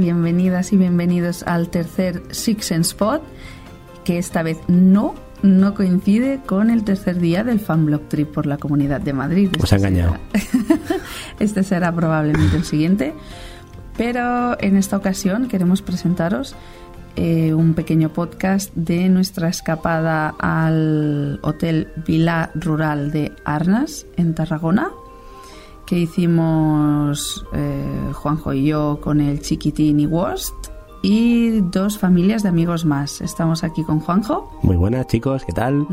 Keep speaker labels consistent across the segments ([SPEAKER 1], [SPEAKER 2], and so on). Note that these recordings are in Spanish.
[SPEAKER 1] bienvenidas y bienvenidos al tercer Six and Spot, que esta vez no, no coincide con el tercer día del Fan Block Trip por la Comunidad de Madrid.
[SPEAKER 2] Os ha engañado.
[SPEAKER 1] Será- este será probablemente el siguiente, pero en esta ocasión queremos presentaros eh, un pequeño podcast de nuestra escapada al Hotel Vila Rural de Arnas, en Tarragona que hicimos eh, Juanjo y yo con el chiquitín y Worst y dos familias de amigos más. Estamos aquí con Juanjo
[SPEAKER 2] Muy buenas, chicos, ¿qué tal?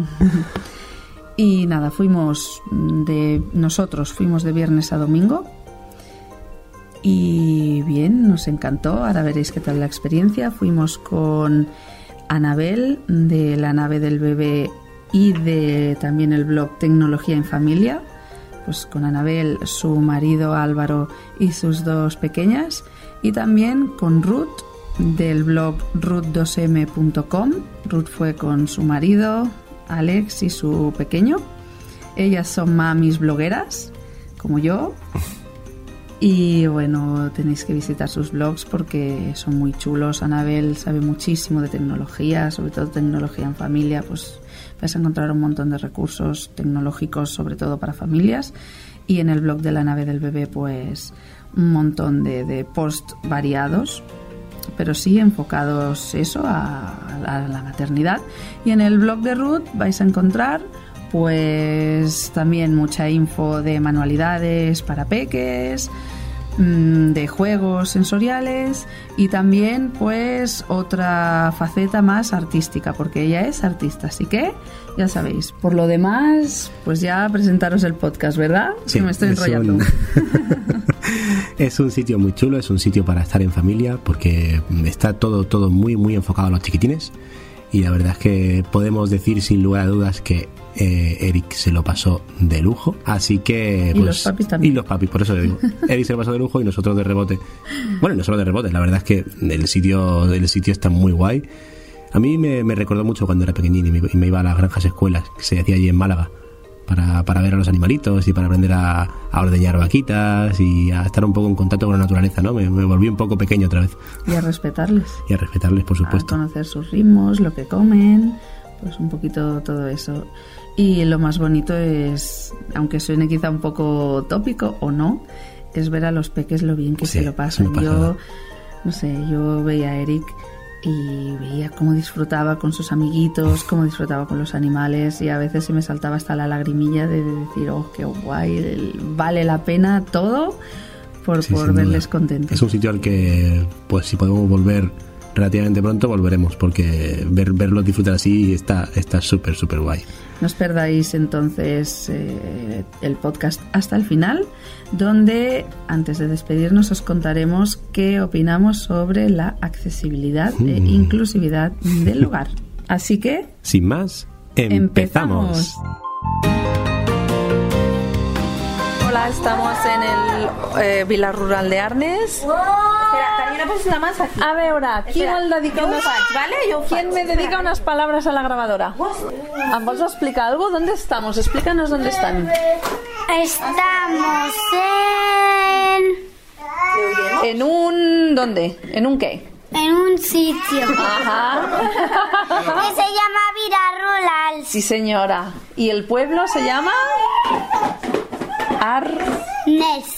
[SPEAKER 1] y nada, fuimos de nosotros, fuimos de viernes a domingo y bien, nos encantó. Ahora veréis qué tal la experiencia. Fuimos con Anabel de la nave del bebé y de también el blog Tecnología en Familia. Pues con Anabel, su marido Álvaro y sus dos pequeñas. Y también con Ruth del blog ruth2m.com. Ruth fue con su marido Alex y su pequeño. Ellas son mamis blogueras, como yo, y bueno, tenéis que visitar sus blogs porque son muy chulos. Anabel sabe muchísimo de tecnología, sobre todo tecnología en familia, pues vais a encontrar un montón de recursos tecnológicos, sobre todo para familias. Y en el blog de la nave del bebé, pues un montón de, de posts variados, pero sí enfocados eso a, a la maternidad. Y en el blog de Ruth vais a encontrar pues también mucha info de manualidades para peques, mm, de juegos sensoriales y también pues otra faceta más artística, porque ella es artista, así que ya sabéis. Por lo demás, pues ya presentaros el podcast, ¿verdad?
[SPEAKER 2] Sí,
[SPEAKER 1] que me estoy
[SPEAKER 2] es
[SPEAKER 1] enrollando.
[SPEAKER 2] un- es un sitio muy chulo, es un sitio para estar en familia porque está todo, todo muy, muy enfocado a los chiquitines. Y la verdad es que podemos decir sin lugar a dudas que eh, Eric se lo pasó de lujo. Así que. pues,
[SPEAKER 1] Y los papis también.
[SPEAKER 2] Y los papis, por eso digo. Eric se lo pasó de lujo y nosotros de rebote. Bueno, no solo de rebote, la verdad es que el sitio, el sitio está muy guay. A mí me, me recordó mucho cuando era pequeñín y me, y me iba a las granjas escuelas que se hacía allí en Málaga para, para ver a los animalitos y para aprender a, a ordeñar vaquitas y a estar un poco en contacto con la naturaleza, ¿no? Me, me volví un poco pequeño otra vez
[SPEAKER 1] Y a respetarles.
[SPEAKER 2] y a respetarles, por
[SPEAKER 1] a
[SPEAKER 2] supuesto.
[SPEAKER 1] conocer sus ritmos, lo que comen, pues un poquito todo eso. Y lo más bonito es, aunque suene quizá un poco tópico o no, es ver a los peques lo bien que
[SPEAKER 2] Sí,
[SPEAKER 1] se lo
[SPEAKER 2] es
[SPEAKER 1] pasan.
[SPEAKER 2] una pasada.
[SPEAKER 1] Yo, no sé, yo veía a Eric y veía cómo disfrutaba con sus amiguitos, cómo disfrutaba con los animales y a veces se me saltaba hasta la lagrimilla de decir, oh, qué guay, el- vale la pena todo por,
[SPEAKER 2] Sí,
[SPEAKER 1] por
[SPEAKER 2] sin duda.
[SPEAKER 1] verles contentos.
[SPEAKER 2] Es un sitio al que, pues si podemos volver relativamente pronto, volveremos, porque ver, verlos disfrutar así está está súper, súper guay.
[SPEAKER 1] No os perdáis entonces eh, el podcast hasta el final, donde antes de despedirnos os contaremos qué opinamos sobre la accesibilidad e
[SPEAKER 2] Mm.
[SPEAKER 1] inclusividad del lugar. Así que
[SPEAKER 2] Sin más, empezamos.
[SPEAKER 1] empezamos. Hola, estamos en el
[SPEAKER 3] eh,
[SPEAKER 1] Vila Rural de Arnes.
[SPEAKER 4] Espera, Karina, pues una más aquí.
[SPEAKER 3] A veure, qui
[SPEAKER 4] Espera,
[SPEAKER 3] vol dedicar
[SPEAKER 4] jo ho
[SPEAKER 3] unes...
[SPEAKER 4] faig, vale? Jo ho
[SPEAKER 3] ¿Quién
[SPEAKER 4] faig,
[SPEAKER 3] me
[SPEAKER 4] espera.
[SPEAKER 3] dedica unas palabras a la grabadora? ¿Em vols explicar algo? ¿Dónde estamos? Explícanos dónde están.
[SPEAKER 5] Estamos en,
[SPEAKER 3] En un... ¿Dónde? ¿En un qué?
[SPEAKER 5] en un sitio
[SPEAKER 3] Ajá.
[SPEAKER 5] que se llama Vida Rural.
[SPEAKER 3] Sí, señora. ¿Y el pueblo se llama? Ar...
[SPEAKER 5] Nes.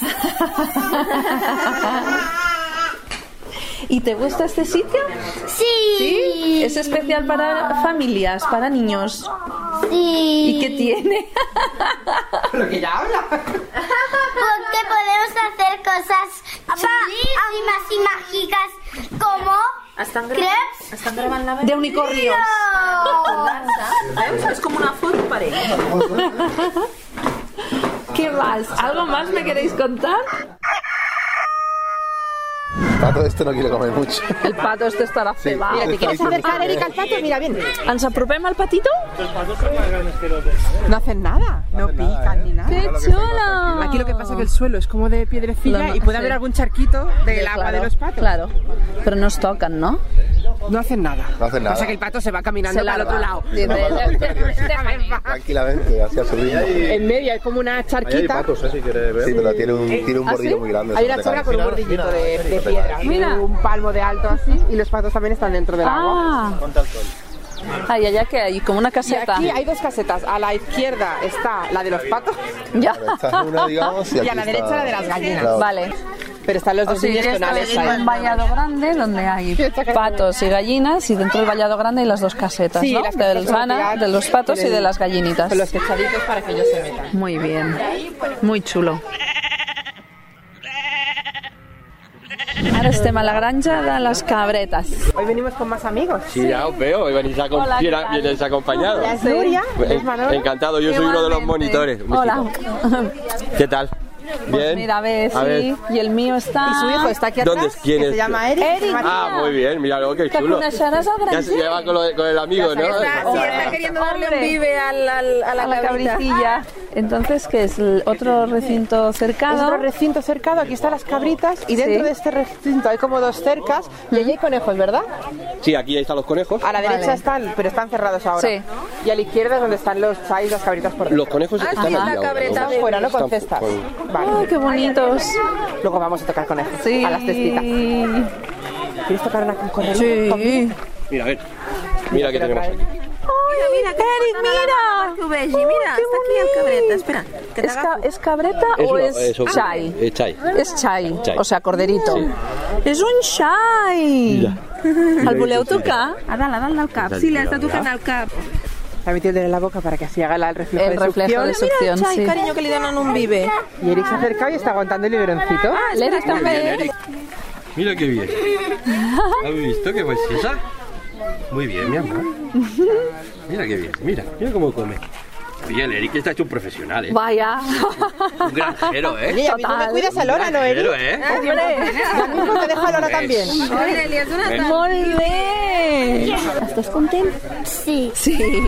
[SPEAKER 3] ¿Y te gusta este sitio?
[SPEAKER 5] Sí.
[SPEAKER 3] ¿Sí? Es especial para familias, para niños.
[SPEAKER 5] Sí.
[SPEAKER 3] ¿Y qué tiene?
[SPEAKER 5] Porque podemos hacer cosas chulísimas y mágicas como
[SPEAKER 4] Estan gra-
[SPEAKER 5] crepes.
[SPEAKER 4] Estan gravant la
[SPEAKER 3] De unicornios.
[SPEAKER 4] Veus? És com una foto per ell.
[SPEAKER 3] ¿Qué más? ¿Algo más me queréis contar?
[SPEAKER 6] Pato este no quiere comer mucho.
[SPEAKER 3] El pato este estará cebado.
[SPEAKER 6] Mira, ¿te quieres acercar, Eric, al
[SPEAKER 3] pato? Mira, bien. ¿Ens apropem al patito?
[SPEAKER 7] No hacen nada, no pican ni nada.
[SPEAKER 3] ¡Qué chulo!
[SPEAKER 7] Aquí lo que pasa es que el suelo es como de piedrecilla
[SPEAKER 3] Lo-
[SPEAKER 7] y puede
[SPEAKER 3] sí.
[SPEAKER 7] haber algún charquito del
[SPEAKER 3] Sí,
[SPEAKER 7] agua
[SPEAKER 3] claro,
[SPEAKER 7] de los patos.
[SPEAKER 3] Claro, pero nos tocan, ¿no?
[SPEAKER 7] No hacen nada.
[SPEAKER 6] No hacen nada.
[SPEAKER 7] Pasa que el pato se va caminando
[SPEAKER 1] Se
[SPEAKER 7] para el
[SPEAKER 1] larga.
[SPEAKER 7] otro lado.
[SPEAKER 1] Dice, "Déjame en paz".
[SPEAKER 6] Tranquilamente, hacia su ritmo.
[SPEAKER 7] En medio, es como una charquita.
[SPEAKER 8] eh, si quieres
[SPEAKER 6] Sí, pero tiene un, tiene un
[SPEAKER 1] ¿Ah,
[SPEAKER 6] bordillo
[SPEAKER 1] sí?
[SPEAKER 6] muy grande.
[SPEAKER 7] Eh, Hay
[SPEAKER 6] eso
[SPEAKER 7] una
[SPEAKER 6] no te
[SPEAKER 7] charca
[SPEAKER 6] cae.
[SPEAKER 7] con un bordillito de, de piedra.
[SPEAKER 1] Mira.
[SPEAKER 7] Un palmo de alto así. Y los patos también están dentro del agua.
[SPEAKER 1] Ah. Ay, allá que hay como una
[SPEAKER 7] Y
[SPEAKER 1] caseta.
[SPEAKER 7] aquí hay dos casetas. A la izquierda está la de los patos
[SPEAKER 1] Ya.
[SPEAKER 6] Pero esta es una, digamos, y,
[SPEAKER 7] y
[SPEAKER 6] aquí
[SPEAKER 7] a la
[SPEAKER 6] está-
[SPEAKER 7] derecha la de las gallinas.
[SPEAKER 6] Claro.
[SPEAKER 1] Vale.
[SPEAKER 7] Pero están los
[SPEAKER 1] O
[SPEAKER 7] dos
[SPEAKER 1] sea,
[SPEAKER 7] niños
[SPEAKER 1] que
[SPEAKER 7] con
[SPEAKER 1] es
[SPEAKER 7] aves ahí.
[SPEAKER 1] un vallado grande donde hay patos y gallinas y dentro del vallado grande hay las dos casetas,
[SPEAKER 7] Sí,
[SPEAKER 1] ¿no?
[SPEAKER 7] las casetas
[SPEAKER 1] Del
[SPEAKER 7] para
[SPEAKER 1] sana,
[SPEAKER 7] tirar,
[SPEAKER 1] de los patos y
[SPEAKER 7] del-
[SPEAKER 1] de las gallinitas.
[SPEAKER 7] Con los techaditos para que ellos se metan.
[SPEAKER 9] Muy bien. Muy chulo.
[SPEAKER 1] Ara estem a la granja de les cabretes.
[SPEAKER 7] Hoy venimos con más amigos.
[SPEAKER 8] Sí, ya os veo, hoy venís, acom-
[SPEAKER 1] Hola, ¿qué
[SPEAKER 8] viene-
[SPEAKER 1] tal?
[SPEAKER 8] vienes acompañados.
[SPEAKER 7] Es Nuria,
[SPEAKER 8] Eh,
[SPEAKER 7] es Manolo.
[SPEAKER 8] Encantado, yo soy uno de los monitores. Un
[SPEAKER 1] Hola.
[SPEAKER 8] besito. ¿Qué tal? Bien.
[SPEAKER 1] Pues mira, ve,
[SPEAKER 8] A ver.
[SPEAKER 1] sí, y el mío está...
[SPEAKER 7] Y su hijo está aquí atrás.
[SPEAKER 8] ¿Dónde es? ¿Quién
[SPEAKER 7] que
[SPEAKER 8] es?
[SPEAKER 7] se llama Eric.
[SPEAKER 1] Eric.
[SPEAKER 7] María.
[SPEAKER 8] Ah, muy bien, mira luego qué
[SPEAKER 1] Que
[SPEAKER 8] chulo.
[SPEAKER 1] conocerás al
[SPEAKER 8] Ya se
[SPEAKER 1] Granjero.
[SPEAKER 8] lleva con, lo- con el amigo, Ah, ¿no?
[SPEAKER 1] queriendo darle un vive a la, cabritilla. Entonces, que es el otro recinto
[SPEAKER 7] Es
[SPEAKER 1] cercado.
[SPEAKER 7] otro recinto cercado, aquí están las cabritas y dentro
[SPEAKER 1] Sí.
[SPEAKER 7] de este recinto hay como dos cercas y allí hay conejos, ¿verdad?
[SPEAKER 8] Sí, aquí están los conejos.
[SPEAKER 7] A la
[SPEAKER 1] Vale.
[SPEAKER 7] derecha están, pero están cerrados ahora.
[SPEAKER 1] Sí.
[SPEAKER 7] Y a la izquierda es donde están los chais, las cabritas por
[SPEAKER 8] Los
[SPEAKER 7] dentro.
[SPEAKER 8] conejos están
[SPEAKER 1] ah, sí,
[SPEAKER 8] aquí
[SPEAKER 1] la
[SPEAKER 8] ahora,
[SPEAKER 7] Están
[SPEAKER 8] ¿no?
[SPEAKER 7] fuera, ¿no? Con
[SPEAKER 8] Están fu-
[SPEAKER 7] cestas.
[SPEAKER 8] con-
[SPEAKER 1] ¡Ay,
[SPEAKER 7] Vale.
[SPEAKER 1] Oh, qué bonitos!
[SPEAKER 7] Luego vamos a tocar conejos
[SPEAKER 1] Sí.
[SPEAKER 7] a las cestitas. ¿Quieres tocar una con correo?
[SPEAKER 1] Sí.
[SPEAKER 8] Mira, a ver. Mira que tenemos aquí.
[SPEAKER 4] Mira, que Eric, mira. Tu vegi,
[SPEAKER 1] Oh,
[SPEAKER 4] mira, está aquí el cabreta. Espera, que te
[SPEAKER 1] ¿Es,
[SPEAKER 4] haga
[SPEAKER 1] ca- es cabreta o
[SPEAKER 8] una-
[SPEAKER 1] es
[SPEAKER 8] un-
[SPEAKER 1] chai?
[SPEAKER 8] Es chai.
[SPEAKER 1] És xai,
[SPEAKER 8] Xai.
[SPEAKER 1] o sea, corderito.
[SPEAKER 8] Sí.
[SPEAKER 1] És un xai!
[SPEAKER 8] Mira.
[SPEAKER 1] El voleu tocar?
[SPEAKER 4] A dalt, a dalt del cap. Sí, l'has de tocar al cap.
[SPEAKER 7] La metí en la boca para que así haga la- el reflejo,
[SPEAKER 1] El
[SPEAKER 7] de,
[SPEAKER 1] reflejo
[SPEAKER 7] succión.
[SPEAKER 1] de succión,
[SPEAKER 4] Ay,
[SPEAKER 1] sí.
[SPEAKER 4] cariño, que le dan un vive.
[SPEAKER 7] Y Eric se ha acercado y está aguantando el biberoncito.
[SPEAKER 1] L'Eric també.
[SPEAKER 8] Mira qué bien. ¿Has visto qué esa? Muy bien, mi amor. Mira qué bien, mira, mira cómo come. Oye, el Eric está hecho un profesional, ¿eh?
[SPEAKER 1] Vaya.
[SPEAKER 8] Un granjero, ¿eh?
[SPEAKER 7] Oye, a mí no me
[SPEAKER 1] Total.
[SPEAKER 7] cuidas el hora, ¿no, Eric?
[SPEAKER 8] Granjero, ¿eh?
[SPEAKER 7] Ya mismo te deja el hora también.
[SPEAKER 1] Molt bé! Estàs content?
[SPEAKER 5] Sí.
[SPEAKER 1] Sí.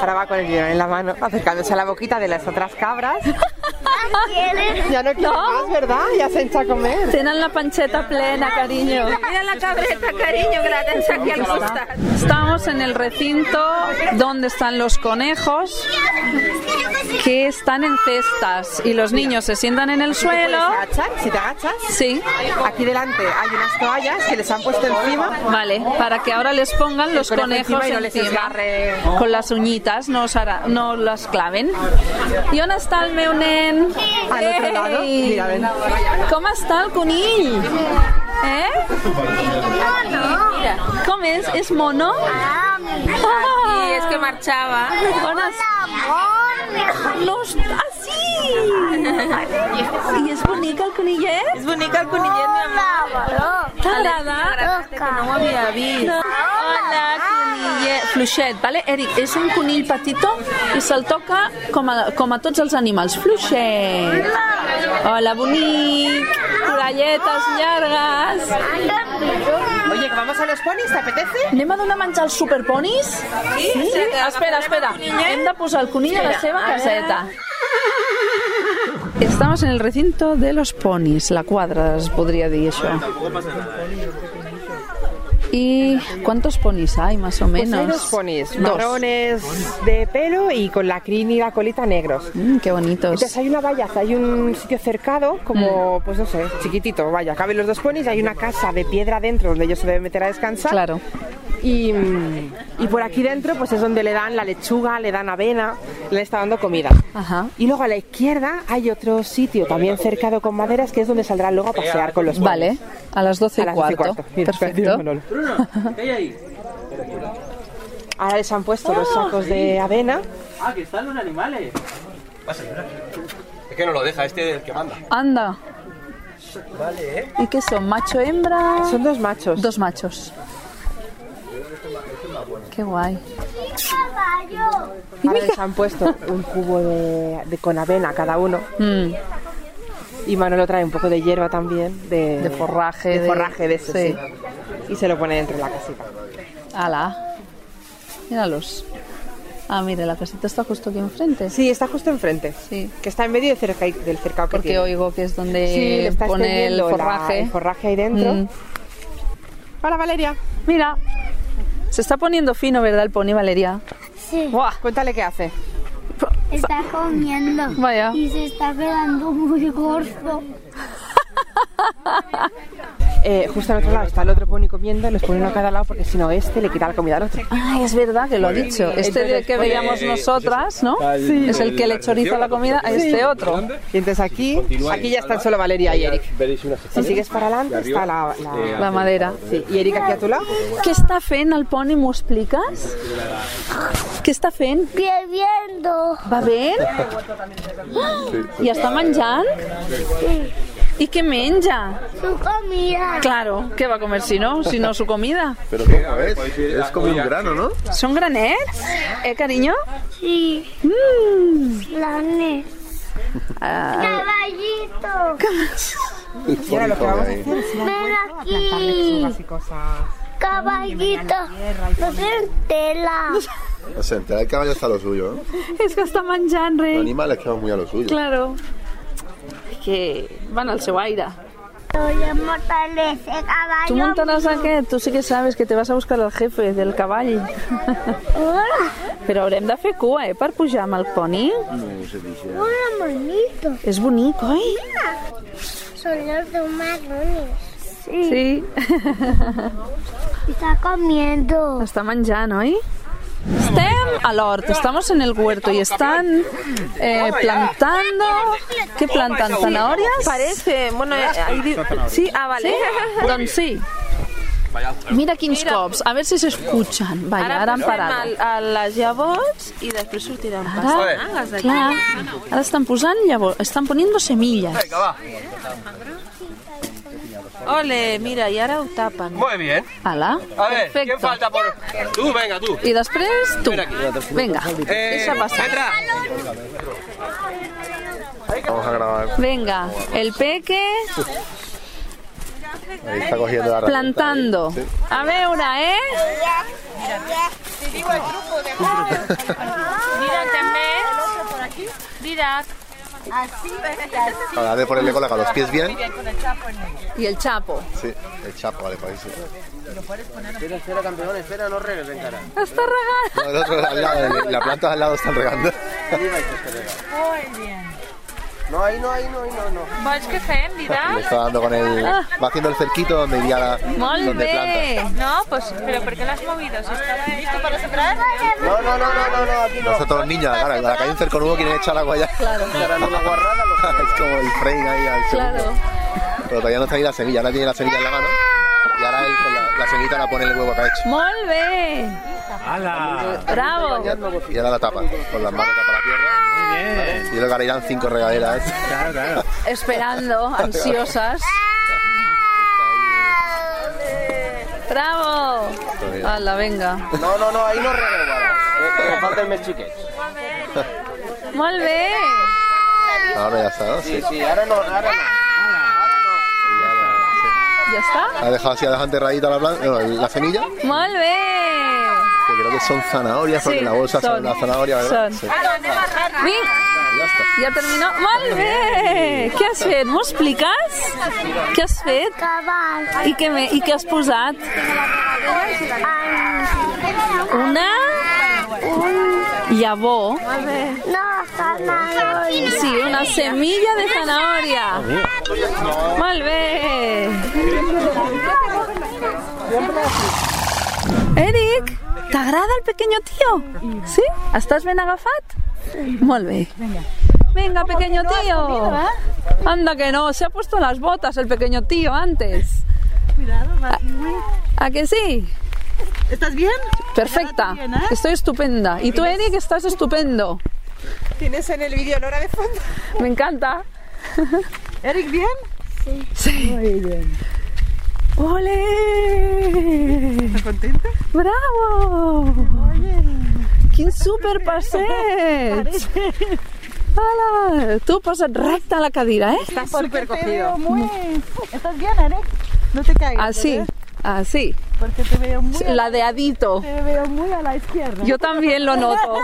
[SPEAKER 7] Ahora va con el biberón en la mano, acercándose a la boquita de las otras cabras.
[SPEAKER 5] ¿Quieres?
[SPEAKER 7] Ya no quiere más, ¿verdad? Ya se hincha a comer.
[SPEAKER 1] Tenen la panxeta plena, cariño.
[SPEAKER 4] Mira la cabreta, cariño, que la tens aquí al costat.
[SPEAKER 1] Estamos en el recinto donde están los conejos que están en cestas y los niños se sientan en el
[SPEAKER 7] Puedes
[SPEAKER 1] suelo.
[SPEAKER 7] agachar, si te agachas.
[SPEAKER 1] Sí,
[SPEAKER 7] Aquí delante hay unas toallas que les han puesto encima.
[SPEAKER 1] Vale, para que ahora les pongan los
[SPEAKER 7] conejo
[SPEAKER 1] conejos
[SPEAKER 7] pues, encima y no
[SPEAKER 1] encima,
[SPEAKER 7] les desgarre.
[SPEAKER 1] con las uñitas, no, os hará- no las claven. I on està el meu nen?
[SPEAKER 7] Al otro lado.
[SPEAKER 1] Ei!
[SPEAKER 7] Mira, ven.
[SPEAKER 1] Com està el conill? Eh? Com és? És mono?
[SPEAKER 5] Ah,
[SPEAKER 1] Aquí,
[SPEAKER 4] es que marchaba.
[SPEAKER 1] On es...
[SPEAKER 5] amor.
[SPEAKER 1] No, es- ah, sí! I és bonic el conillet?
[SPEAKER 4] Es bonito el conillet, mi amor.
[SPEAKER 1] T'agrada?
[SPEAKER 4] Que no ho havia vist.
[SPEAKER 1] Hola, conillet. Fluixet, vale? Eric, és un conill petitó i se'l toca com a, com a tots els animals. Fluixet. Hola, bonic. Coralletes llargues.
[SPEAKER 7] Oye, que vamos a los ponis, ¿te apetece?
[SPEAKER 1] Anem a donar menjar als superponis? Sí? sí? Espera, espera. Hem de posar el conill a la seva caseta. Estamos en el recinto de los ponis, la quadra es podria dir això. ¿Y cuántos ponis hay más o
[SPEAKER 7] Pues hay
[SPEAKER 1] menos?
[SPEAKER 7] dos ponis,
[SPEAKER 1] Dos.
[SPEAKER 7] marrones de pelo y con la crin y la colita negros.
[SPEAKER 1] Mm, qué bonitos.
[SPEAKER 7] Entonces hay una valla, hay un sitio cercado,
[SPEAKER 1] Mm.
[SPEAKER 7] como, pues no sé, chiquitito, vaya, caben los dos ponis, hay una casa de piedra dentro donde ellos se deben meter a descansar.
[SPEAKER 1] Claro.
[SPEAKER 7] Y, mm, y por aquí dentro pues es donde le dan la lechuga, le dan avena, le está dando comida.
[SPEAKER 1] Ajá.
[SPEAKER 7] Y luego a la izquierda hay otro sitio también cercado con maderas que es donde saldrán luego a pasear con los ponis.
[SPEAKER 1] Vale, a las 12
[SPEAKER 7] A
[SPEAKER 1] y
[SPEAKER 7] las doce y
[SPEAKER 1] cuarto.
[SPEAKER 7] cuarto. Mira,
[SPEAKER 1] Perfecto.
[SPEAKER 7] Manolo. Ahora les han puesto los sacos de avena.
[SPEAKER 8] Es que no lo deja, este es el que manda.
[SPEAKER 1] Anda. ¿Y qué son? ¿Macho, hembra?
[SPEAKER 7] Son dos machos.
[SPEAKER 1] Dos machos. Qué guay.
[SPEAKER 7] Ahora les han puesto un cubo de, de- con avena cada uno.
[SPEAKER 1] Mm,
[SPEAKER 7] Y Manolo trae un poco de hierba también. De,
[SPEAKER 1] De forraje,
[SPEAKER 7] De,
[SPEAKER 1] de-
[SPEAKER 7] forraje de ese,
[SPEAKER 1] sí.
[SPEAKER 7] sí. Y se lo pone dentro de la casita.
[SPEAKER 1] ala. Míralos. Ah, mire, la casita está justo aquí enfrente.
[SPEAKER 7] Sí, está justo enfrente.
[SPEAKER 1] Sí.
[SPEAKER 7] Que está en medio de cerca, del cercado que
[SPEAKER 1] Porque
[SPEAKER 7] tiene.
[SPEAKER 1] oigo que es
[SPEAKER 7] Sí, le
[SPEAKER 1] donde
[SPEAKER 7] está
[SPEAKER 1] pone el
[SPEAKER 7] extendiendo la-
[SPEAKER 1] forraje.
[SPEAKER 7] el forraje ahí dentro.
[SPEAKER 1] Mm.
[SPEAKER 7] Hola, Valeria.
[SPEAKER 1] Mira. Se está poniendo fino, ¿verdad? El pony, Valeria.
[SPEAKER 5] Sí,
[SPEAKER 1] Buah.
[SPEAKER 7] Cuéntale qué hace.
[SPEAKER 5] está comiendo.
[SPEAKER 1] Vaya.
[SPEAKER 5] Y se está quedando muy gordo.
[SPEAKER 7] Eh, justo al otro lado está el otro pony comiendo y los pone uno a cada lado porque si no este le quita la comida al otro.
[SPEAKER 1] Ay, es verdad que lo ha dicho. Este del que veíamos nosotras, ¿no? Es el que le choriza la comida a este otro.
[SPEAKER 7] Y entonces aquí, aquí ya están solo Valeria y Eric.
[SPEAKER 8] Veréis unas
[SPEAKER 7] Si sigues para adelante está la... la-
[SPEAKER 1] La madera.
[SPEAKER 7] Sí, y Eric aquí a tu lado.
[SPEAKER 1] Què està fent el poni, m'ho expliques? Què està fent?
[SPEAKER 5] Bebiendo.
[SPEAKER 1] Va bé? I està menjant? I què menja?
[SPEAKER 5] Su comida.
[SPEAKER 1] Claro, què va comer si no? Si no su comida.
[SPEAKER 6] Pero ¿cómo es? Es como un grano, ¿no?
[SPEAKER 1] Són granets? Eh, carinyo?
[SPEAKER 5] Sí. Planes. Caballito.
[SPEAKER 7] Y ahora lo que vamos a hacer es
[SPEAKER 5] Ven aquí.
[SPEAKER 7] plantarle y cosas.
[SPEAKER 5] Caballito. No tienen tela.
[SPEAKER 6] O sea, entrar el caballo está a lo suyo, ¿no?
[SPEAKER 1] És que està menjant,
[SPEAKER 6] Los
[SPEAKER 1] rei.
[SPEAKER 6] animales quedan muy a lo suyo.
[SPEAKER 1] Claro. Que van al seu aire.
[SPEAKER 5] Soy fortalece caballo.
[SPEAKER 1] Tu muntaràs aquest? Tu sí que sabes que te vas a buscar el jefe del cavall.
[SPEAKER 5] Hola.
[SPEAKER 1] Però haurem de fer cua, eh, per pujar amb el poni.
[SPEAKER 5] Hola, monito.
[SPEAKER 1] És bonic, oi?
[SPEAKER 5] Son los dos marrones.
[SPEAKER 1] Sí.
[SPEAKER 5] Está comiendo.
[SPEAKER 1] Està menjant, oi? Estem a l'hort, estamos en el huerto y están eh, plantando... ¿Qué plantan? ¿Zanahorias?
[SPEAKER 4] Parece, bueno, eh, ahí di- sí, ah, vale.
[SPEAKER 1] ¿Sí? Doncs sí. Mira quins cops, a veure si s'escutxen. Vaja, ara han
[SPEAKER 4] posem
[SPEAKER 1] parat.
[SPEAKER 4] el- a les llavors i després sortiran
[SPEAKER 1] Ara,
[SPEAKER 4] pastanagues d'aquí.
[SPEAKER 1] clar, ara estan posant llavors, estan poniendo semillas.
[SPEAKER 4] Ole, mira, i ara ho tapen.
[SPEAKER 8] Muy bien.
[SPEAKER 1] Ala,
[SPEAKER 8] A ver, ¿quién
[SPEAKER 1] perfecto.
[SPEAKER 8] falta por...? Tú, venga, tú.
[SPEAKER 1] I després tu.
[SPEAKER 8] Espera aquí. Eh,
[SPEAKER 1] Vinga, deixa passar.
[SPEAKER 8] Petra.
[SPEAKER 6] Vamos a grabar.
[SPEAKER 1] Vinga, el peque
[SPEAKER 6] Ahí está cogiendo la rama.
[SPEAKER 1] plantando. A veure, eh?
[SPEAKER 4] Mira, també. Mira,
[SPEAKER 6] Ahora de ponerle cola con los pies bien.
[SPEAKER 1] I el Chapo.
[SPEAKER 6] Sí, el chapo, vale, pues ahí sí.
[SPEAKER 8] Espera, espera, campeón, espera, no regues en cara.
[SPEAKER 1] Està regant.
[SPEAKER 6] No, el otro, al lado, la planta al lado están regando.
[SPEAKER 8] No, ahí no, ahí no, ahí no, no.
[SPEAKER 4] vols que fem,
[SPEAKER 6] Le
[SPEAKER 4] Vidal?
[SPEAKER 6] está dando con el... Va haciendo el cerquito donde iría la...
[SPEAKER 1] Molt
[SPEAKER 6] Donde planta.
[SPEAKER 1] bé.
[SPEAKER 4] No, pues, pero ¿por qué lo has movido? Si estaba listo para soplar.
[SPEAKER 8] No, no, no, no, no, no aquí no.
[SPEAKER 6] Nosotros todos los niños, claro, a la calle un cerconudo quieren echar agua ya.
[SPEAKER 8] Estarán una guarrada los
[SPEAKER 6] es como el frame ahí al segundo.
[SPEAKER 1] Claro.
[SPEAKER 6] Pero todavía no está ahí la semilla, ahora tiene la semilla en la mano. Y ahora él con la, la semillita la pone en el huevo que ha hecho.
[SPEAKER 1] Molt bé.
[SPEAKER 2] ¡Hala!
[SPEAKER 1] Bravo.
[SPEAKER 6] Y ahora la tapa, con las manos tapa la tierra.
[SPEAKER 2] Muy bien.
[SPEAKER 6] Y luego ahora irán cinco regaderas.
[SPEAKER 2] Claro, claro.
[SPEAKER 1] Esperando, ansiosas. Bravo. Hala, venga.
[SPEAKER 8] No, no, no, ahí no regues, guarda. Eh, falta el mechique.
[SPEAKER 1] Molt bé.
[SPEAKER 6] Ahora ya está, ¿no? Sí.
[SPEAKER 8] Sí, sí, ahora no, ahora no.
[SPEAKER 1] Ja està?
[SPEAKER 6] Ha dejado así, ha dejado enterradita la, planta, no, la semilla,
[SPEAKER 1] Molt bé.
[SPEAKER 6] que creo que son zanahorias, porque en la bolsa son,
[SPEAKER 1] son.
[SPEAKER 6] las zanahorias, ¿verdad?
[SPEAKER 1] Son.
[SPEAKER 6] Sí,
[SPEAKER 1] Vinc.
[SPEAKER 6] ya está.
[SPEAKER 1] Ja terminó. Molt bé. Què has fet? M'ho expliques? Què has fet?
[SPEAKER 5] Caballo.
[SPEAKER 1] I què, me, I què has posat? Una llavor.
[SPEAKER 5] No, zanahoria.
[SPEAKER 1] Sí, una semilla de zanahoria. Molt bé. Eric, t'agrada el pequeño tío? Sí? Estàs ben agafat? Molt bé. Venga, pequeño tío.
[SPEAKER 10] ¿eh?
[SPEAKER 1] Anda que no, se ha puesto las botas el pequeño tío antes. ¿A, ¿a que sí?
[SPEAKER 10] ¿Estás bien?
[SPEAKER 1] Perfecta.
[SPEAKER 10] ¿eh?
[SPEAKER 1] Estoy estupenda. Y tú, Eric, estás estupendo.
[SPEAKER 7] Tienes en el vídeo Lora de fondo.
[SPEAKER 1] Me encanta.
[SPEAKER 10] ¿Eric bien?
[SPEAKER 1] ¡Ole!
[SPEAKER 10] ¿Estás contenta?
[SPEAKER 1] ¡Bravo! ¡Quin super passeig! Hola! Tu posa't recte a la cadira, eh?
[SPEAKER 7] Estás súper
[SPEAKER 10] Te
[SPEAKER 7] cogido.
[SPEAKER 10] veo muy... ¿Estás bien, Eric? No te caigas.
[SPEAKER 1] Así,
[SPEAKER 10] ¿eh?
[SPEAKER 1] así.
[SPEAKER 10] Porque te veo muy... a-
[SPEAKER 1] La de adito.
[SPEAKER 10] Te veo muy a la izquierda.
[SPEAKER 1] Yo también lo noto.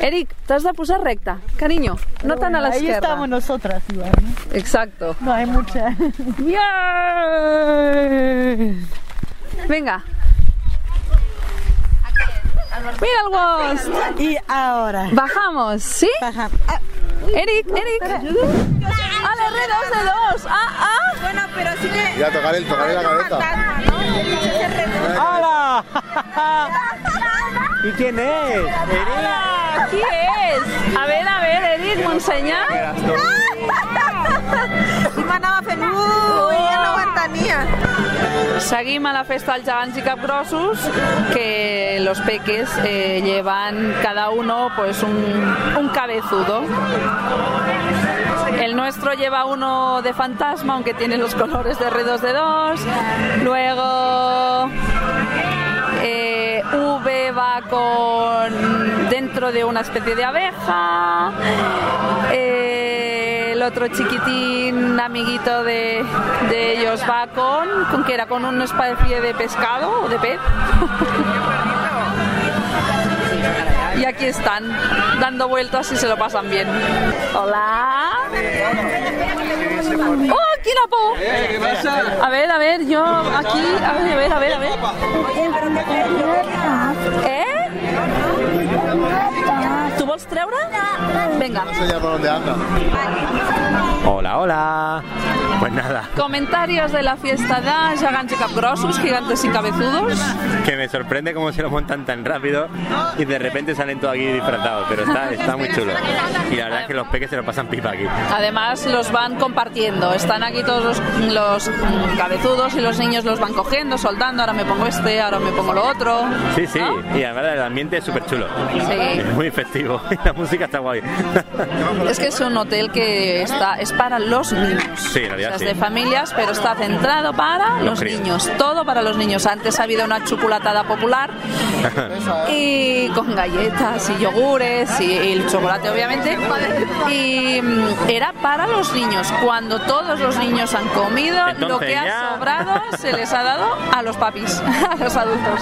[SPEAKER 1] Eric, t'has de posar recta, carinyo, no tant a
[SPEAKER 10] Ahí
[SPEAKER 1] l'esquerra.
[SPEAKER 10] estamos nosotras igual, ¿no?
[SPEAKER 1] Exacto.
[SPEAKER 10] No hay mucha.
[SPEAKER 1] Bien. Venga. Mira el ghost.
[SPEAKER 10] Y ahora.
[SPEAKER 1] Bajamos, ¿sí? Ah.
[SPEAKER 10] Baja.
[SPEAKER 1] Eric, Eric. ¡A la red dos de dos! ¡Ah, ah!
[SPEAKER 4] Bueno, pero sí le...
[SPEAKER 6] Mira, tocarle, tocarle la cabeza.
[SPEAKER 4] Fantasma, ¿no? Ese redondo.
[SPEAKER 7] ¡Hala! ¿Y quién es?
[SPEAKER 1] ¡Hola! ¿Qui és? A ver, a ver, Eric, m'ho ensenya?
[SPEAKER 4] Y mandaba peludo, ella no aguantanía.
[SPEAKER 1] Seguim a la festa dels gegants i capgrossos que los peques eh, llevan cada uno pues un, un cabezudo. El nuestro lleva uno de fantasma, aunque tiene los colores de R2D2. Luego eh, V va con dentro de una especie de abeja. Eh, el otro chiquitín amiguito de, de ellos va con, con que era con una especie de pescado o de pez. Y aquí están, dando vueltas y se lo pasan bien. Hola. ¡Oh, aquí la po!
[SPEAKER 8] Eh, ¿Qué pasa?
[SPEAKER 1] A ver, a ver, yo aquí, a ver, a ver, a ver, a ver. Eh? Tu vols treure? Vinga,
[SPEAKER 6] No sé ya por dónde anda.
[SPEAKER 2] Hola, hola. Pues nada,
[SPEAKER 1] comentarios de la fiesta de gegants i capgrossos, gigantes i cabezudos.
[SPEAKER 2] que me sorprende cómo se lo montan tan rápido y de repente salen todos aquí disfrazados, pero está, está muy chulo. Y la verdad es que los peques se lo pasan pipa aquí.
[SPEAKER 1] Además los van compartiendo, están aquí todos los, los, mm, cabezudos y los niños los van cogiendo, soldando, ahora me pongo este, ahora me pongo lo otro.
[SPEAKER 2] Sí, sí,
[SPEAKER 1] ¿No?
[SPEAKER 2] y además el ambiente es súper chulo.
[SPEAKER 1] Sí.
[SPEAKER 2] Es muy festivo y la música está guay.
[SPEAKER 1] Es que es un hotel que está es para los niños.
[SPEAKER 2] Sí, en realidad
[SPEAKER 1] O sea, es
[SPEAKER 2] sí.
[SPEAKER 1] de familias, pero está centrado para los,
[SPEAKER 2] Los críos.
[SPEAKER 1] niños. Todo para los niños. Antes ha habido una chocolatada popular y con galletas y yogures y, y el chocolate, obviamente. Y mm, era para los niños. Cuando todos los niños han comido, lo
[SPEAKER 2] Entonces
[SPEAKER 1] que
[SPEAKER 2] ya-
[SPEAKER 1] ha sobrado se les ha dado a los papis, a los adultos.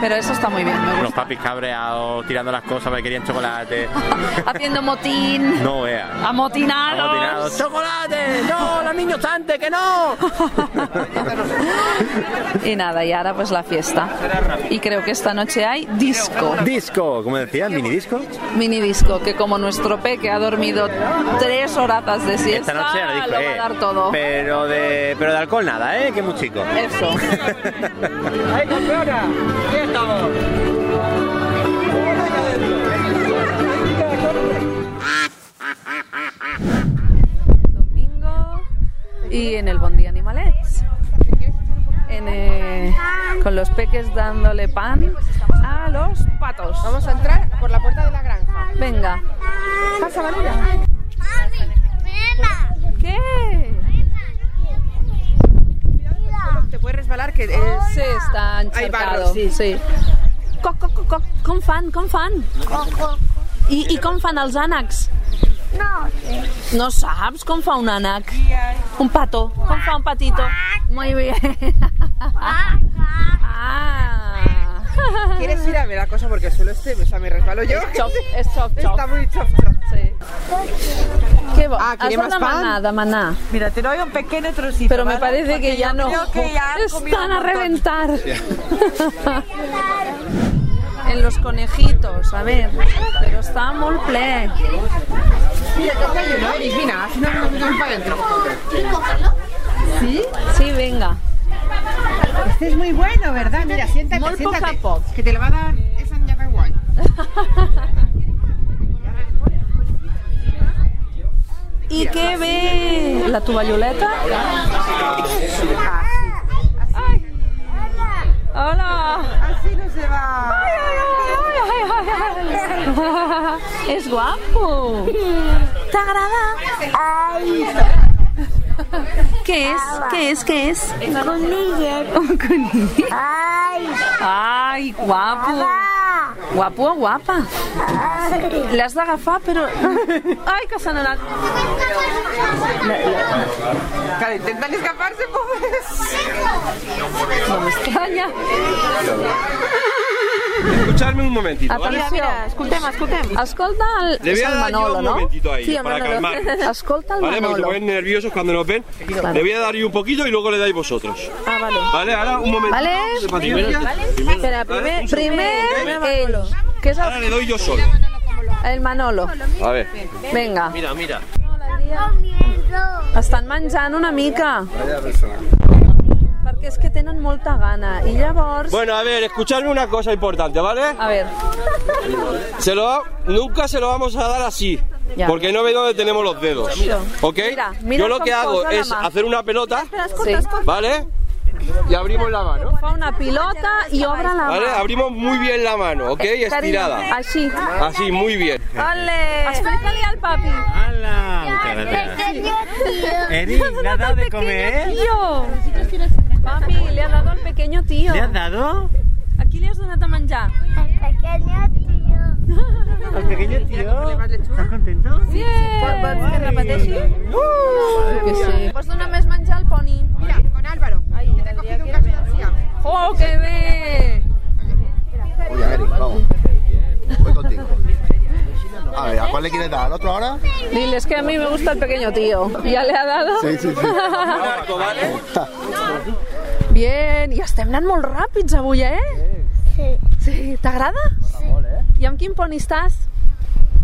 [SPEAKER 1] Pero eso está muy bien, me
[SPEAKER 2] Los
[SPEAKER 1] gusta.
[SPEAKER 2] papis cabreados, tirando las cosas porque querían chocolate.
[SPEAKER 1] Haciendo motín.
[SPEAKER 2] No vea.
[SPEAKER 1] Amotinados.
[SPEAKER 2] Amotinados. ¡Chocolate! ¡No, los niños antes, que no!
[SPEAKER 1] Y nada, y ahora pues la fiesta. Y creo que esta noche hay disco,
[SPEAKER 2] Disco, como decía, mini disco.
[SPEAKER 1] mini disco, que como nuestro P que ha dormido tres horas de siesta,
[SPEAKER 2] Esta noche era disco,
[SPEAKER 1] lo va
[SPEAKER 2] eh.
[SPEAKER 1] a dar todo.
[SPEAKER 2] Pero de, pero de alcohol nada, ¿eh? Que muy chico.
[SPEAKER 1] Eso. Domingo y en el Bondi Animalets. En, eh, con los peques dándole pan a los patos.
[SPEAKER 7] Vamos a entrar por la puerta de la granja.
[SPEAKER 1] Venga.
[SPEAKER 7] Pasa, Manuela.
[SPEAKER 1] ¿Qué? Eh,
[SPEAKER 7] Te puedes resbalar que es...
[SPEAKER 1] Sí, está
[SPEAKER 7] Hay
[SPEAKER 1] encharcado.
[SPEAKER 7] barro, sí.
[SPEAKER 1] Coc, coc, coc, coc, com fan, com fan? I, I com fan els ànecs?
[SPEAKER 5] No,
[SPEAKER 1] No saps com fa un ànec? Un pato. Com fa un patito? Muy bien. Ah.
[SPEAKER 7] ¿Quieres ir a ver la cosa? Porque el suelo este, o sea, me resbalo yo.
[SPEAKER 1] Chop, és xop, xop.
[SPEAKER 7] Está muy chop, chop.
[SPEAKER 1] Sí. Què bo?
[SPEAKER 7] Ah,
[SPEAKER 1] Has de
[SPEAKER 7] ¿quiere más pan?
[SPEAKER 1] demanar, demanar.
[SPEAKER 10] Mira, te doy un pequeño trocito.
[SPEAKER 1] Pero me
[SPEAKER 10] ¿vale?
[SPEAKER 1] parece
[SPEAKER 10] Porque
[SPEAKER 1] que ya
[SPEAKER 10] yo
[SPEAKER 1] no.
[SPEAKER 10] Creo que ya han comido
[SPEAKER 1] Están
[SPEAKER 10] un
[SPEAKER 1] a
[SPEAKER 10] montón.
[SPEAKER 1] reventar. en los conejitos, a ver. Pero está muy ple.
[SPEAKER 7] Mira, que está lleno, Iris, mira, así no nos metemos para adentro.
[SPEAKER 1] ¿Sí? Sí, venga.
[SPEAKER 7] Este es muy bueno, ¿verdad? Mira, siéntate,
[SPEAKER 1] Molt poc a
[SPEAKER 7] siéntate.
[SPEAKER 1] poc.
[SPEAKER 7] Que te lo va a dar esa niña que guay.
[SPEAKER 1] I què bé! La tovalloleta? Hola!
[SPEAKER 7] Así no se va.
[SPEAKER 1] És guapo! T'agrada? Què és? Què és? Què és? Un conill. Un conill.
[SPEAKER 5] ay,
[SPEAKER 1] Ai, guapo!
[SPEAKER 5] ah,
[SPEAKER 1] Guapo o guapa?
[SPEAKER 5] ay.
[SPEAKER 1] L'has d'agafar, però... Ai, que se n'ha anat!
[SPEAKER 7] Claro, intentan escaparse, pues. pobres.
[SPEAKER 1] No m'estranya.
[SPEAKER 8] Escuchadme un momentito, ¿eh? ¿vale?
[SPEAKER 1] Atenció.
[SPEAKER 10] Mira, escoltem, escoltem.
[SPEAKER 1] Escolta el,
[SPEAKER 8] Le
[SPEAKER 1] és
[SPEAKER 8] voy a
[SPEAKER 1] el
[SPEAKER 8] dar yo
[SPEAKER 1] Manolo,
[SPEAKER 8] un
[SPEAKER 1] no?
[SPEAKER 8] momentito ahí,
[SPEAKER 1] Sí, el
[SPEAKER 8] para
[SPEAKER 1] Manolo.
[SPEAKER 8] calmar.
[SPEAKER 1] Escolta el
[SPEAKER 8] Vale, porque se
[SPEAKER 1] Manolo.
[SPEAKER 8] ponen nerviosos cuando nos ven. Le voy a dar yo un poquito y luego le dais vosotros.
[SPEAKER 10] Ah, vale.
[SPEAKER 8] Vale, ahora un momentito.
[SPEAKER 1] Vale.
[SPEAKER 8] de paciencia.
[SPEAKER 1] Espera, primer, primer ell, que és
[SPEAKER 8] Ahora
[SPEAKER 1] el,
[SPEAKER 8] le doy yo solo.
[SPEAKER 1] el Manolo.
[SPEAKER 8] A ver.
[SPEAKER 1] Vinga,
[SPEAKER 8] Mira, mira.
[SPEAKER 1] estan menjant una mica. Perquè és que tenen molta gana. I llavors...
[SPEAKER 8] Bueno, a ver, escuchadme una cosa importante, ¿vale?
[SPEAKER 1] A veure,
[SPEAKER 8] Se lo, nunca se lo vamos a dar así.
[SPEAKER 1] Ya.
[SPEAKER 8] Porque no ve dónde tenemos los dedos. ¿Ok?
[SPEAKER 1] Mira, mira
[SPEAKER 8] Yo lo
[SPEAKER 1] cómo
[SPEAKER 8] que hago
[SPEAKER 1] posa la
[SPEAKER 8] es
[SPEAKER 1] mano.
[SPEAKER 8] hacer una pelota,
[SPEAKER 1] sí.
[SPEAKER 8] ¿vale? Y abrimos la mano.
[SPEAKER 1] fa una pilota i obre la
[SPEAKER 8] ¿Vale?
[SPEAKER 1] mà.
[SPEAKER 8] Abrimos muy bien la mano, ¿ok? Y estirada.
[SPEAKER 1] Així.
[SPEAKER 8] Así, muy bien.
[SPEAKER 1] Ole! Explica-li al papi.
[SPEAKER 11] ¡Hala! Muchas gracias. Eri, ¿le has dado de comer?
[SPEAKER 1] Tío! Papi, li ha dado al pequeño tío.
[SPEAKER 11] ¿Le has dado?
[SPEAKER 1] A qui li has donat a menjar?
[SPEAKER 5] El pequeño tío.
[SPEAKER 11] ¿Al pequeño tío? ¿Estás contento?
[SPEAKER 1] Bien!
[SPEAKER 10] Que repeteixi?
[SPEAKER 1] Que sí. Pots donar més menjar al poni.
[SPEAKER 7] Mira, con Álvaro. Ahí, te he cogido un cacho de encía.
[SPEAKER 1] Oh, que bé!
[SPEAKER 6] Oye, Eric, vamos. Voy contigo. A ver, ¿a cuál le quieres dar? ¿Al otro ahora?
[SPEAKER 1] Dile, es que a mí me gusta el pequeño tío. ¿Ya le ha dado?
[SPEAKER 6] Sí, sí, sí.
[SPEAKER 8] Un arco, ¿vale?
[SPEAKER 1] Bien, i estem anant molt ràpids avui, eh?
[SPEAKER 5] Sí.
[SPEAKER 1] Sí, t'agrada? Sí. I amb quin poni estàs?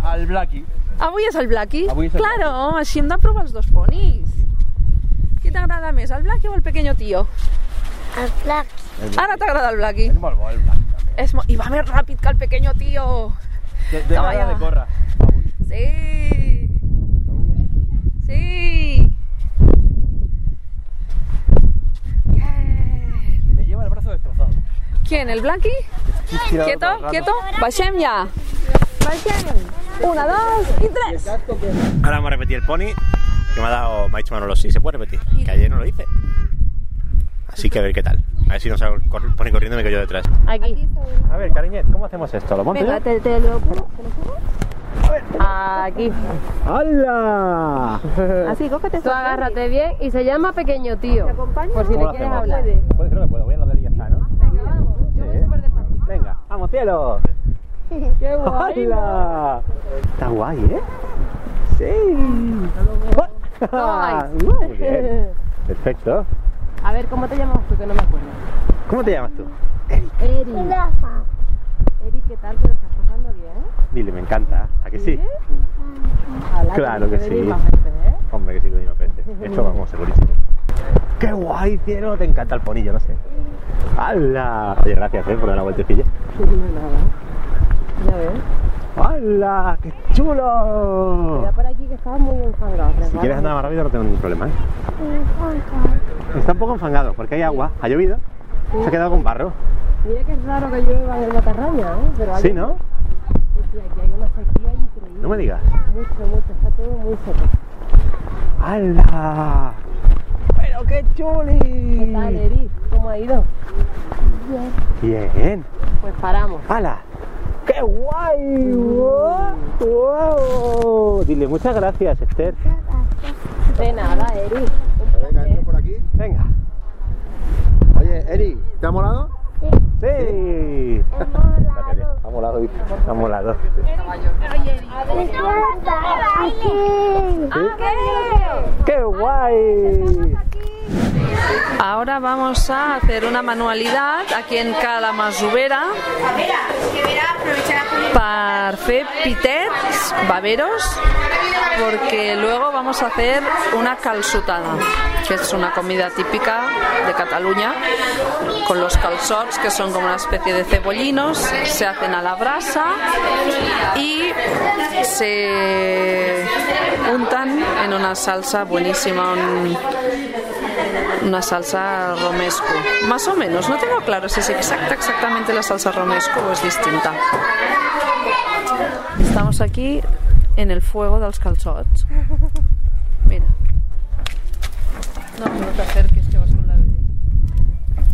[SPEAKER 8] Al Blacky.
[SPEAKER 1] Avui és el Blacky?
[SPEAKER 8] Avui és el
[SPEAKER 1] claro, així hem de provar els dos ponis. Qui t'agrada més, el Blacky o el pequeño tío?
[SPEAKER 5] El plac.
[SPEAKER 1] Ara t'agrada el Blacky. És molt bo el Blacky. És molt... I va més ràpid que el pequeño tío.
[SPEAKER 11] De,
[SPEAKER 1] Toma cara ya. de
[SPEAKER 11] gorra.
[SPEAKER 1] Sí. Sí.
[SPEAKER 11] Me lleva el brazo destrozado.
[SPEAKER 1] ¿Quién? ¿El Blacky? Quieto, quieto. Baixem ja. Baixem. Una, dos i tres.
[SPEAKER 11] Ahora vamos a repetir el pony que me ha dado, me ha dicho Manolo, sí, se puede repetir, que ayer no lo hice. Así que a ver qué tal. A ver si nos pone corriendo y me cayó detrás.
[SPEAKER 10] Aquí.
[SPEAKER 11] A ver, cariñet, ¿cómo hacemos esto? ¿Lo monto yo?
[SPEAKER 10] te, te lo juro. Aquí.
[SPEAKER 11] ¡Hala!
[SPEAKER 10] Así, cógete. Tú agárrate bien y se llama pequeño tío. Por si
[SPEAKER 11] ¿Cómo lo hacemos? Puede, creo que puedo, voy a lo del está,
[SPEAKER 10] Venga,
[SPEAKER 11] ¿no?
[SPEAKER 10] vamos. Yo
[SPEAKER 11] voy súper Venga, vamos, cielo.
[SPEAKER 10] Qué
[SPEAKER 11] ¡Hala! Está guay, ¿eh? Sí. Muy bien. Perfecto.
[SPEAKER 10] A ver, ¿cómo te llamas tú? Que no me acuerdo.
[SPEAKER 11] ¿Cómo te llamas tú?
[SPEAKER 10] Eri.
[SPEAKER 5] Rafa.
[SPEAKER 10] Eri, ¿qué tal? ¿Te lo estás pasando bien?
[SPEAKER 11] Dile, me encanta. ¿A que sí? Claro que sí.
[SPEAKER 7] ¿eh?
[SPEAKER 11] Hombre, que sí, lo mismo parece. Esto vamos, segurísimo. ¡Qué guay, cielo! Te encanta el ponillo, no sé. ¡Hala! Oye, gracias, ¿eh? Por dar la vueltecilla.
[SPEAKER 10] Ya ves.
[SPEAKER 11] ¡Hala! ¡Qué chulo!
[SPEAKER 10] Ya por aquí que estabas muy enfangado.
[SPEAKER 11] Si quieres andar más rápido no tengo ningún problema, ¿eh? Está un poco enfangado porque hay agua, ha llovido, se ha quedado con barro.
[SPEAKER 10] Mira que es raro que llueva en la tarraña, ¿eh? Pero hay,
[SPEAKER 11] ¿Sí, no?
[SPEAKER 10] hostia, aquí hay una sequía increíble.
[SPEAKER 11] No me digas.
[SPEAKER 10] Mucho, mucho. Está todo muy seco.
[SPEAKER 11] ¡Hala! ¡Pero
[SPEAKER 10] ¿Qué
[SPEAKER 11] qué
[SPEAKER 10] tal,
[SPEAKER 11] chuli!
[SPEAKER 10] Eri? ¿Cómo ha ido?
[SPEAKER 11] Bien.
[SPEAKER 10] Pues paramos.
[SPEAKER 11] ¡Hala! ¡Qué guay! ¡Wow!
[SPEAKER 10] Mm.
[SPEAKER 11] ¡Wow! Dile muchas gracias, Esther.
[SPEAKER 10] De nada, Eri.
[SPEAKER 6] Venga, entro por aquí.
[SPEAKER 11] Venga.
[SPEAKER 6] Oye, Eri, ¿te ha molado?
[SPEAKER 11] ¡Sí!
[SPEAKER 5] Molado.
[SPEAKER 6] Ha molado, dice.
[SPEAKER 11] Ha molado.
[SPEAKER 5] Me encanta. Aquí.
[SPEAKER 11] ¡Qué guay!
[SPEAKER 1] Ahora vamos a hacer una manualidad aquí en cada masovera para hacer pitets, baberos, porque luego vamos a hacer una calzotada, que es una comida típica de Cataluña, con los calzots, que son como una especie de cebollinos, se hacen a la brasa y se untan en una salsa buenísima, un- una salsa romesco. Más o menos, no tengo claro si es exacta exactamente la salsa romesco o es distinta. Estamos aquí en el fuego dels calçots. Mira. No, no t'acerques que vas con la bebé.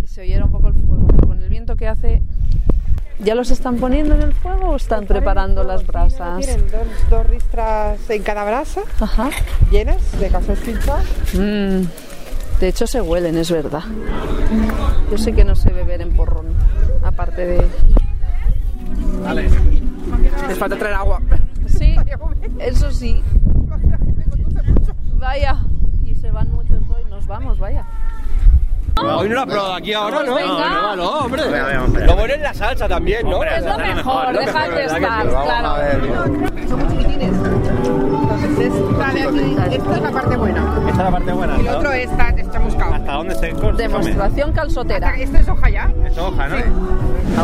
[SPEAKER 1] Que se oyera un poco el fuego, pero con el viento que hace... ¿Ya los están poniendo en el fuego o están preparando las brasas?
[SPEAKER 7] Tienen dos, dos ristras en cada brasa
[SPEAKER 1] Ajá.
[SPEAKER 7] llenas de casos pinchados
[SPEAKER 1] Mm, De hecho, se huelen, es verdad. Yo sé que no sé beber en porrón, aparte de...
[SPEAKER 7] Vale. Les falta traer agua.
[SPEAKER 1] Sí, eso sí. Vaya. Y se van muchos hoy, nos vamos, vaya.
[SPEAKER 8] Hoy no lo has probado aquí ahora, ¿no?
[SPEAKER 1] Pues Venga.
[SPEAKER 8] No, no, no, hombre. Lo bueno es la salsa también, ¿no?
[SPEAKER 1] Es lo mejor, dejad de estar, Ah, claro.
[SPEAKER 7] Vale, aquí, esta es la parte buena.
[SPEAKER 11] Esta es la parte buena.
[SPEAKER 7] El otro es tan chamuscado.
[SPEAKER 11] ¿Hasta dónde se corta?
[SPEAKER 1] Demostración calzotera.
[SPEAKER 7] Esta es hoja ya.
[SPEAKER 11] Es hoja, ¿no?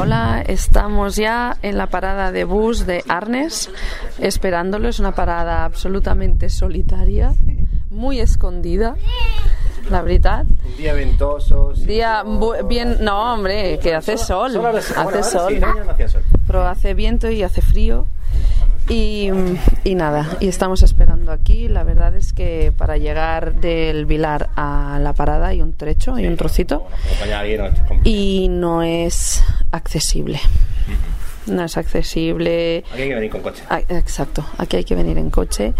[SPEAKER 1] Hola, estamos ya en la parada de bus de Arnes, esperándolo. Es una parada absolutamente solitaria, muy escondida, la verdad.
[SPEAKER 6] Un día ventoso. sí.
[SPEAKER 1] Día bu- bien, no hombre, que hace sol,
[SPEAKER 11] Solo ahora sí. Bueno,
[SPEAKER 1] hace
[SPEAKER 11] ahora sí,
[SPEAKER 1] sol,
[SPEAKER 11] mañana hacía sol.
[SPEAKER 1] pero hace viento y hace frío. Y, y nada, y estamos esperando aquí. La verdad es que para llegar del Vilar a la parada hay un trecho, hay un trocito
[SPEAKER 11] Acompañar a alguien, no, esto es complicado.
[SPEAKER 1] y no es accesible. No es accesible.
[SPEAKER 11] Aquí hay que venir con coche.
[SPEAKER 1] Ah, Exacto, aquí hay que venir en coche.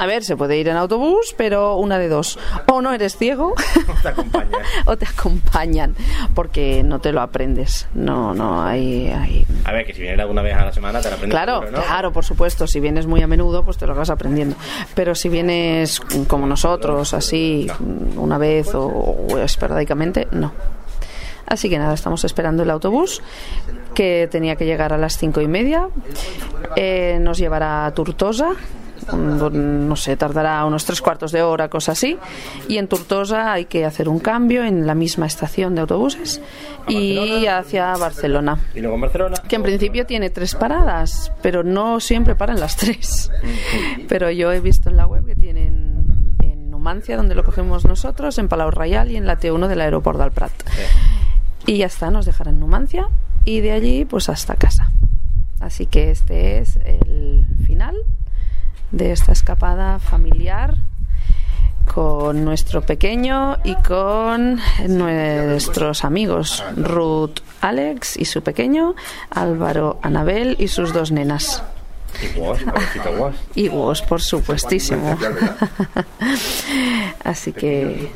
[SPEAKER 1] A ver, se puede ir en autobús, pero una de dos. O no eres ciego.
[SPEAKER 11] Te acompaña.
[SPEAKER 1] o te acompañan, porque no te lo aprendes. No, no, hay... hay...
[SPEAKER 11] A ver, que si viene alguna vez a la semana te la aprendes.
[SPEAKER 1] Claro,
[SPEAKER 11] seguro, ¿no?
[SPEAKER 1] claro, por supuesto. Si vienes muy a menudo, pues te lo vas aprendiendo. Pero si vienes como nosotros, así, una vez o, o esporádicamente, no. Así que nada, estamos esperando el autobús que tenía que llegar a las cinco y media. Eh, nos llevará a Tortosa. Mm, No sé, tardará unos tres cuartos de hora, cosa así. Y en Tortosa hay que hacer un cambio en la misma estación de autobuses y hacia Barcelona
[SPEAKER 11] Y luego en Barcelona.
[SPEAKER 1] que en principio tiene tres paradas, pero no siempre paran las tres. Pero yo he visto en la web que tienen en Numancia, donde lo cogemos nosotros, en Palau Reial y en la T1 del aeropuerto del Prat. Y ya está, nos dejarán Numancia y de allí pues hasta casa. Así que este es el final de esta escapada familiar con nuestro pequeño y con nuestros amigos Ruth, Alex y su pequeño, Álvaro, Anabel y sus dos nenas.
[SPEAKER 11] Y guas, pobrecito guas.
[SPEAKER 1] Y vos, por supuestísimo. Así que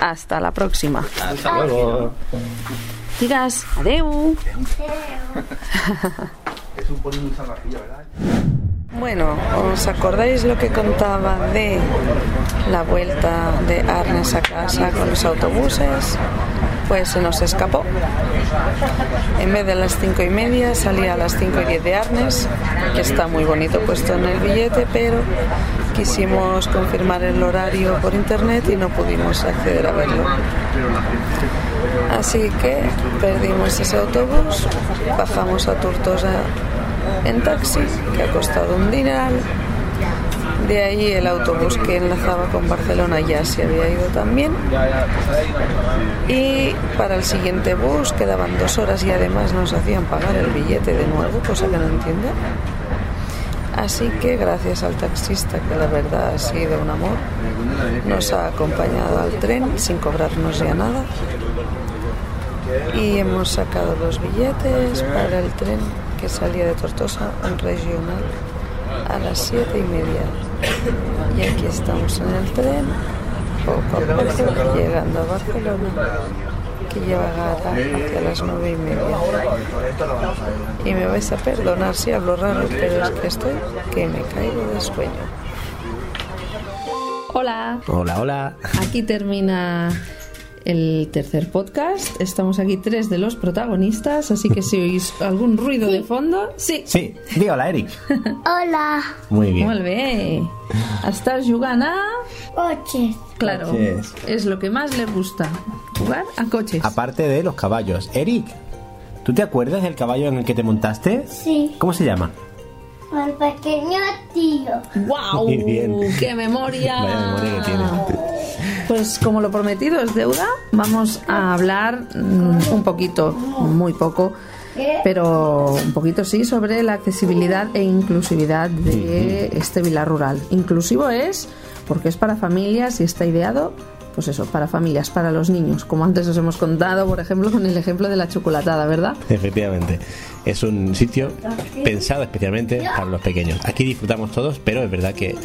[SPEAKER 1] hasta la próxima.
[SPEAKER 11] Hasta luego.
[SPEAKER 1] Chicas, adeu. Bueno, ¿os acordáis lo que contaba de la vuelta de Arnes a casa con los autobuses? Pues se nos escapó. En vez de a las cinco y media, salía a las cinco y diez de Arnes, que está muy bonito puesto en el billete, pero quisimos confirmar el horario por internet y no pudimos acceder a verlo. Así que perdimos ese autobús, bajamos a Tortosa en taxi, que ha costado un dineral. De ahí el autobús que enlazaba con Barcelona ya se había ido también. Y para el siguiente bus quedaban dos horas y además nos hacían pagar el billete de nuevo, cosa que no entiendo. Así que gracias al taxista, que la verdad ha sido un amor, nos ha acompañado al tren sin cobrarnos ya nada. Y hemos sacado los billetes para el tren que salía de Tortosa, un regional, a las siete y media. Y aquí estamos en el tren, poco a poco, llegando a Barcelona, que llevará hacia las nueve y media. Y me vais a perdonar si hablo raro, pero es que estoy que me caigo de sueño. Hola.
[SPEAKER 2] Hola, hola.
[SPEAKER 1] Aquí termina el tercer podcast. Estamos aquí tres de los protagonistas, así que si oís algún ruido de fondo, sí.
[SPEAKER 2] Sí, di hola, Eric.
[SPEAKER 5] Hola.
[SPEAKER 2] Muy bien.
[SPEAKER 1] Molt bé. Estàs jugant a...
[SPEAKER 5] Oches.
[SPEAKER 1] Claro,
[SPEAKER 2] Cotxes.
[SPEAKER 1] es lo que más le gusta, jugar a coches.
[SPEAKER 2] Aparte de los caballos. Eric, ¿tú te acuerdas del caballo en el que te montaste?
[SPEAKER 5] Sí.
[SPEAKER 2] ¿Cómo se llama?
[SPEAKER 5] Al pequeño tío.
[SPEAKER 1] ¡Guau!
[SPEAKER 2] Muy bien.
[SPEAKER 1] ¡Qué memoria!
[SPEAKER 2] Vaya memoria que tiene.
[SPEAKER 1] Pues como lo prometido es deuda, vamos a hablar mm, un poquito, muy poco, pero un poquito sí, sobre la accesibilidad e inclusividad de este Vilar Rural. Inclusivo es porque es para familias y está ideado pues eso, para familias, para los niños, como antes os hemos contado, por ejemplo, con el ejemplo de la chocolatada, ¿verdad?
[SPEAKER 2] Efectivamente, es un sitio pensado especialmente para los pequeños. Aquí disfrutamos todos, pero es verdad que,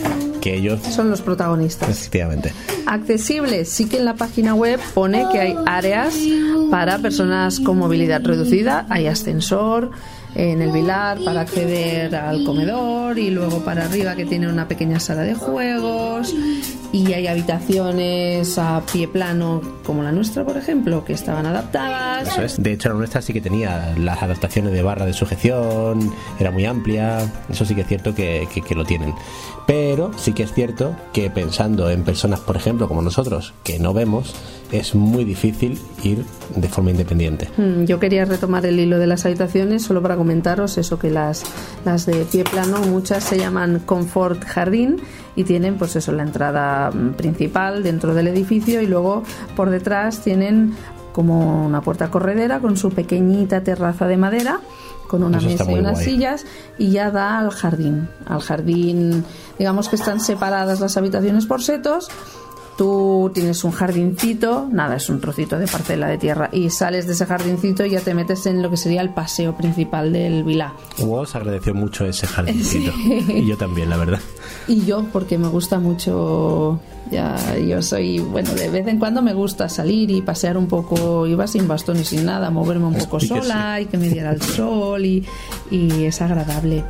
[SPEAKER 2] que ellos...
[SPEAKER 1] Son los protagonistas.
[SPEAKER 2] Efectivamente.
[SPEAKER 1] Accesibles, sí que en la página web pone que hay áreas para personas con movilidad reducida, hay ascensor en el Vilar para acceder al comedor y luego para arriba que tiene una pequeña sala de juegos y hay habitaciones a pie plano como la nuestra por ejemplo que estaban adaptadas
[SPEAKER 2] Eso es. De hecho, la nuestra sí que tenía las adaptaciones de barra de sujeción, era muy amplia, eso sí que es cierto que, que- que lo tienen. Pero sí que es cierto que pensando en personas, por ejemplo, como nosotros, que no vemos, es muy difícil ir de forma independiente.
[SPEAKER 1] Mm, Yo quería retomar el hilo de las habitaciones solo para comentaros eso que las, las de pie plano muchas se llaman confort jardín y tienen pues eso la entrada mm, principal dentro del edificio y luego por detrás tienen como una puerta corredera con su pequeñita terraza de madera con una
[SPEAKER 2] Eso está
[SPEAKER 1] mesa y
[SPEAKER 2] muy
[SPEAKER 1] unas
[SPEAKER 2] guay.
[SPEAKER 1] sillas y ya da al jardín, al jardín, digamos que están separadas las habitaciones por setos tú tienes un jardincito, nada, es un trocito de parcela de tierra, y sales de ese jardincito y ya te metes en lo que sería el paseo principal del Vilá.
[SPEAKER 2] Walls agradeció mucho ese jardincito. Y yo también, la verdad.
[SPEAKER 1] Y yo, porque me gusta mucho, ya, yo soy, bueno, de vez en cuando me gusta salir y pasear un poco, iba sin bastón y sin nada, moverme un poco
[SPEAKER 2] Y que
[SPEAKER 1] sola y que me diera el sol y, y es agradable.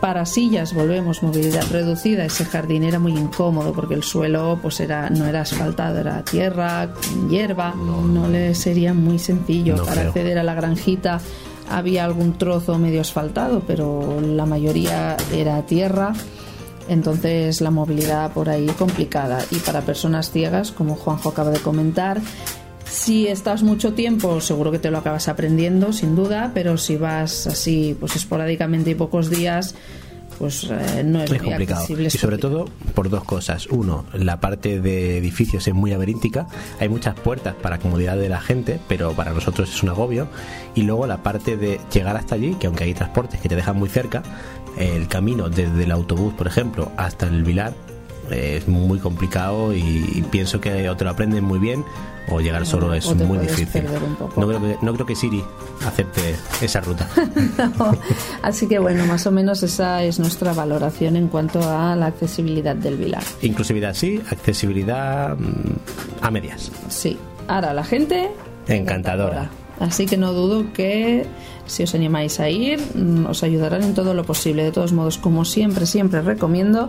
[SPEAKER 1] Para sillas volvemos, movilidad reducida. Ese jardín era muy incómodo porque el suelo pues era, no era asfaltado, era tierra, hierba. No, le sería muy sencillo
[SPEAKER 2] No
[SPEAKER 1] para
[SPEAKER 2] creo.
[SPEAKER 1] acceder a la granjita. Había algún trozo medio asfaltado, pero la mayoría era tierra. Entonces la movilidad por ahí complicada. Y para personas ciegas, como Juanjo acaba de comentar, si estás mucho tiempo, seguro que te lo acabas aprendiendo, sin duda, pero si vas así, pues esporádicamente y pocos días, pues eh, no es,
[SPEAKER 2] Es
[SPEAKER 1] muy
[SPEAKER 2] complicado.
[SPEAKER 1] accesible.
[SPEAKER 2] Y sobre todo por dos cosas. Uno, la parte de edificios es muy laberíntica. Hay muchas puertas para comodidad de la gente, pero para nosotros es un agobio. Y luego la parte de llegar hasta allí, que aunque hay transportes que te dejan muy cerca, el camino desde el autobús, por ejemplo, hasta el Vilar eh, es muy complicado y, y pienso que o te lo aprendes muy bien o llegar solo es
[SPEAKER 1] o te
[SPEAKER 2] muy
[SPEAKER 1] puedes
[SPEAKER 2] difícil.
[SPEAKER 1] perder un poco.
[SPEAKER 2] No creo, que, no creo que Siri acepte esa ruta.
[SPEAKER 1] Así que bueno, más o menos esa es nuestra valoración en cuanto a la accesibilidad del Vilar.
[SPEAKER 2] Inclusividad sí, accesibilidad mm, a medias.
[SPEAKER 1] Sí. Ahora la gente
[SPEAKER 2] Encantadora.
[SPEAKER 1] Así que no dudo que si os animáis a ir, mm, os ayudarán en todo lo posible. De todos modos, como siempre, siempre recomiendo,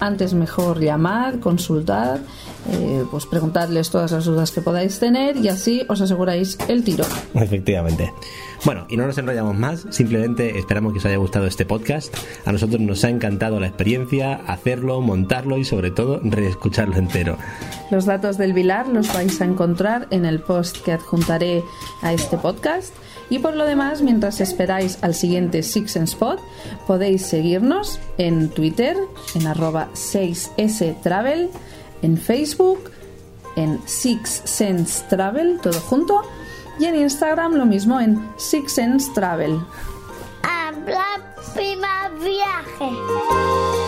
[SPEAKER 1] antes mejor llamad, consultad, eh, pues preguntadles todas las dudas que podáis tener y así os aseguráis el tiro.
[SPEAKER 2] Efectivamente. Bueno, y no nos enrollamos más, simplemente esperamos que os haya gustado este podcast. A nosotros nos ha encantado la experiencia, hacerlo, montarlo y sobre todo reescucharlo entero.
[SPEAKER 1] Los datos del Vilar los vais a encontrar en el post que adjuntaré a este podcast. Y por lo demás, mientras esperáis al siguiente Six and Spot, podéis seguirnos en Twitter, en arroba 6S Travel, en Facebook, en Six Sense Travel, todo junto, y en Instagram lo mismo en Six Sense Travel.
[SPEAKER 5] Habla prima viaje.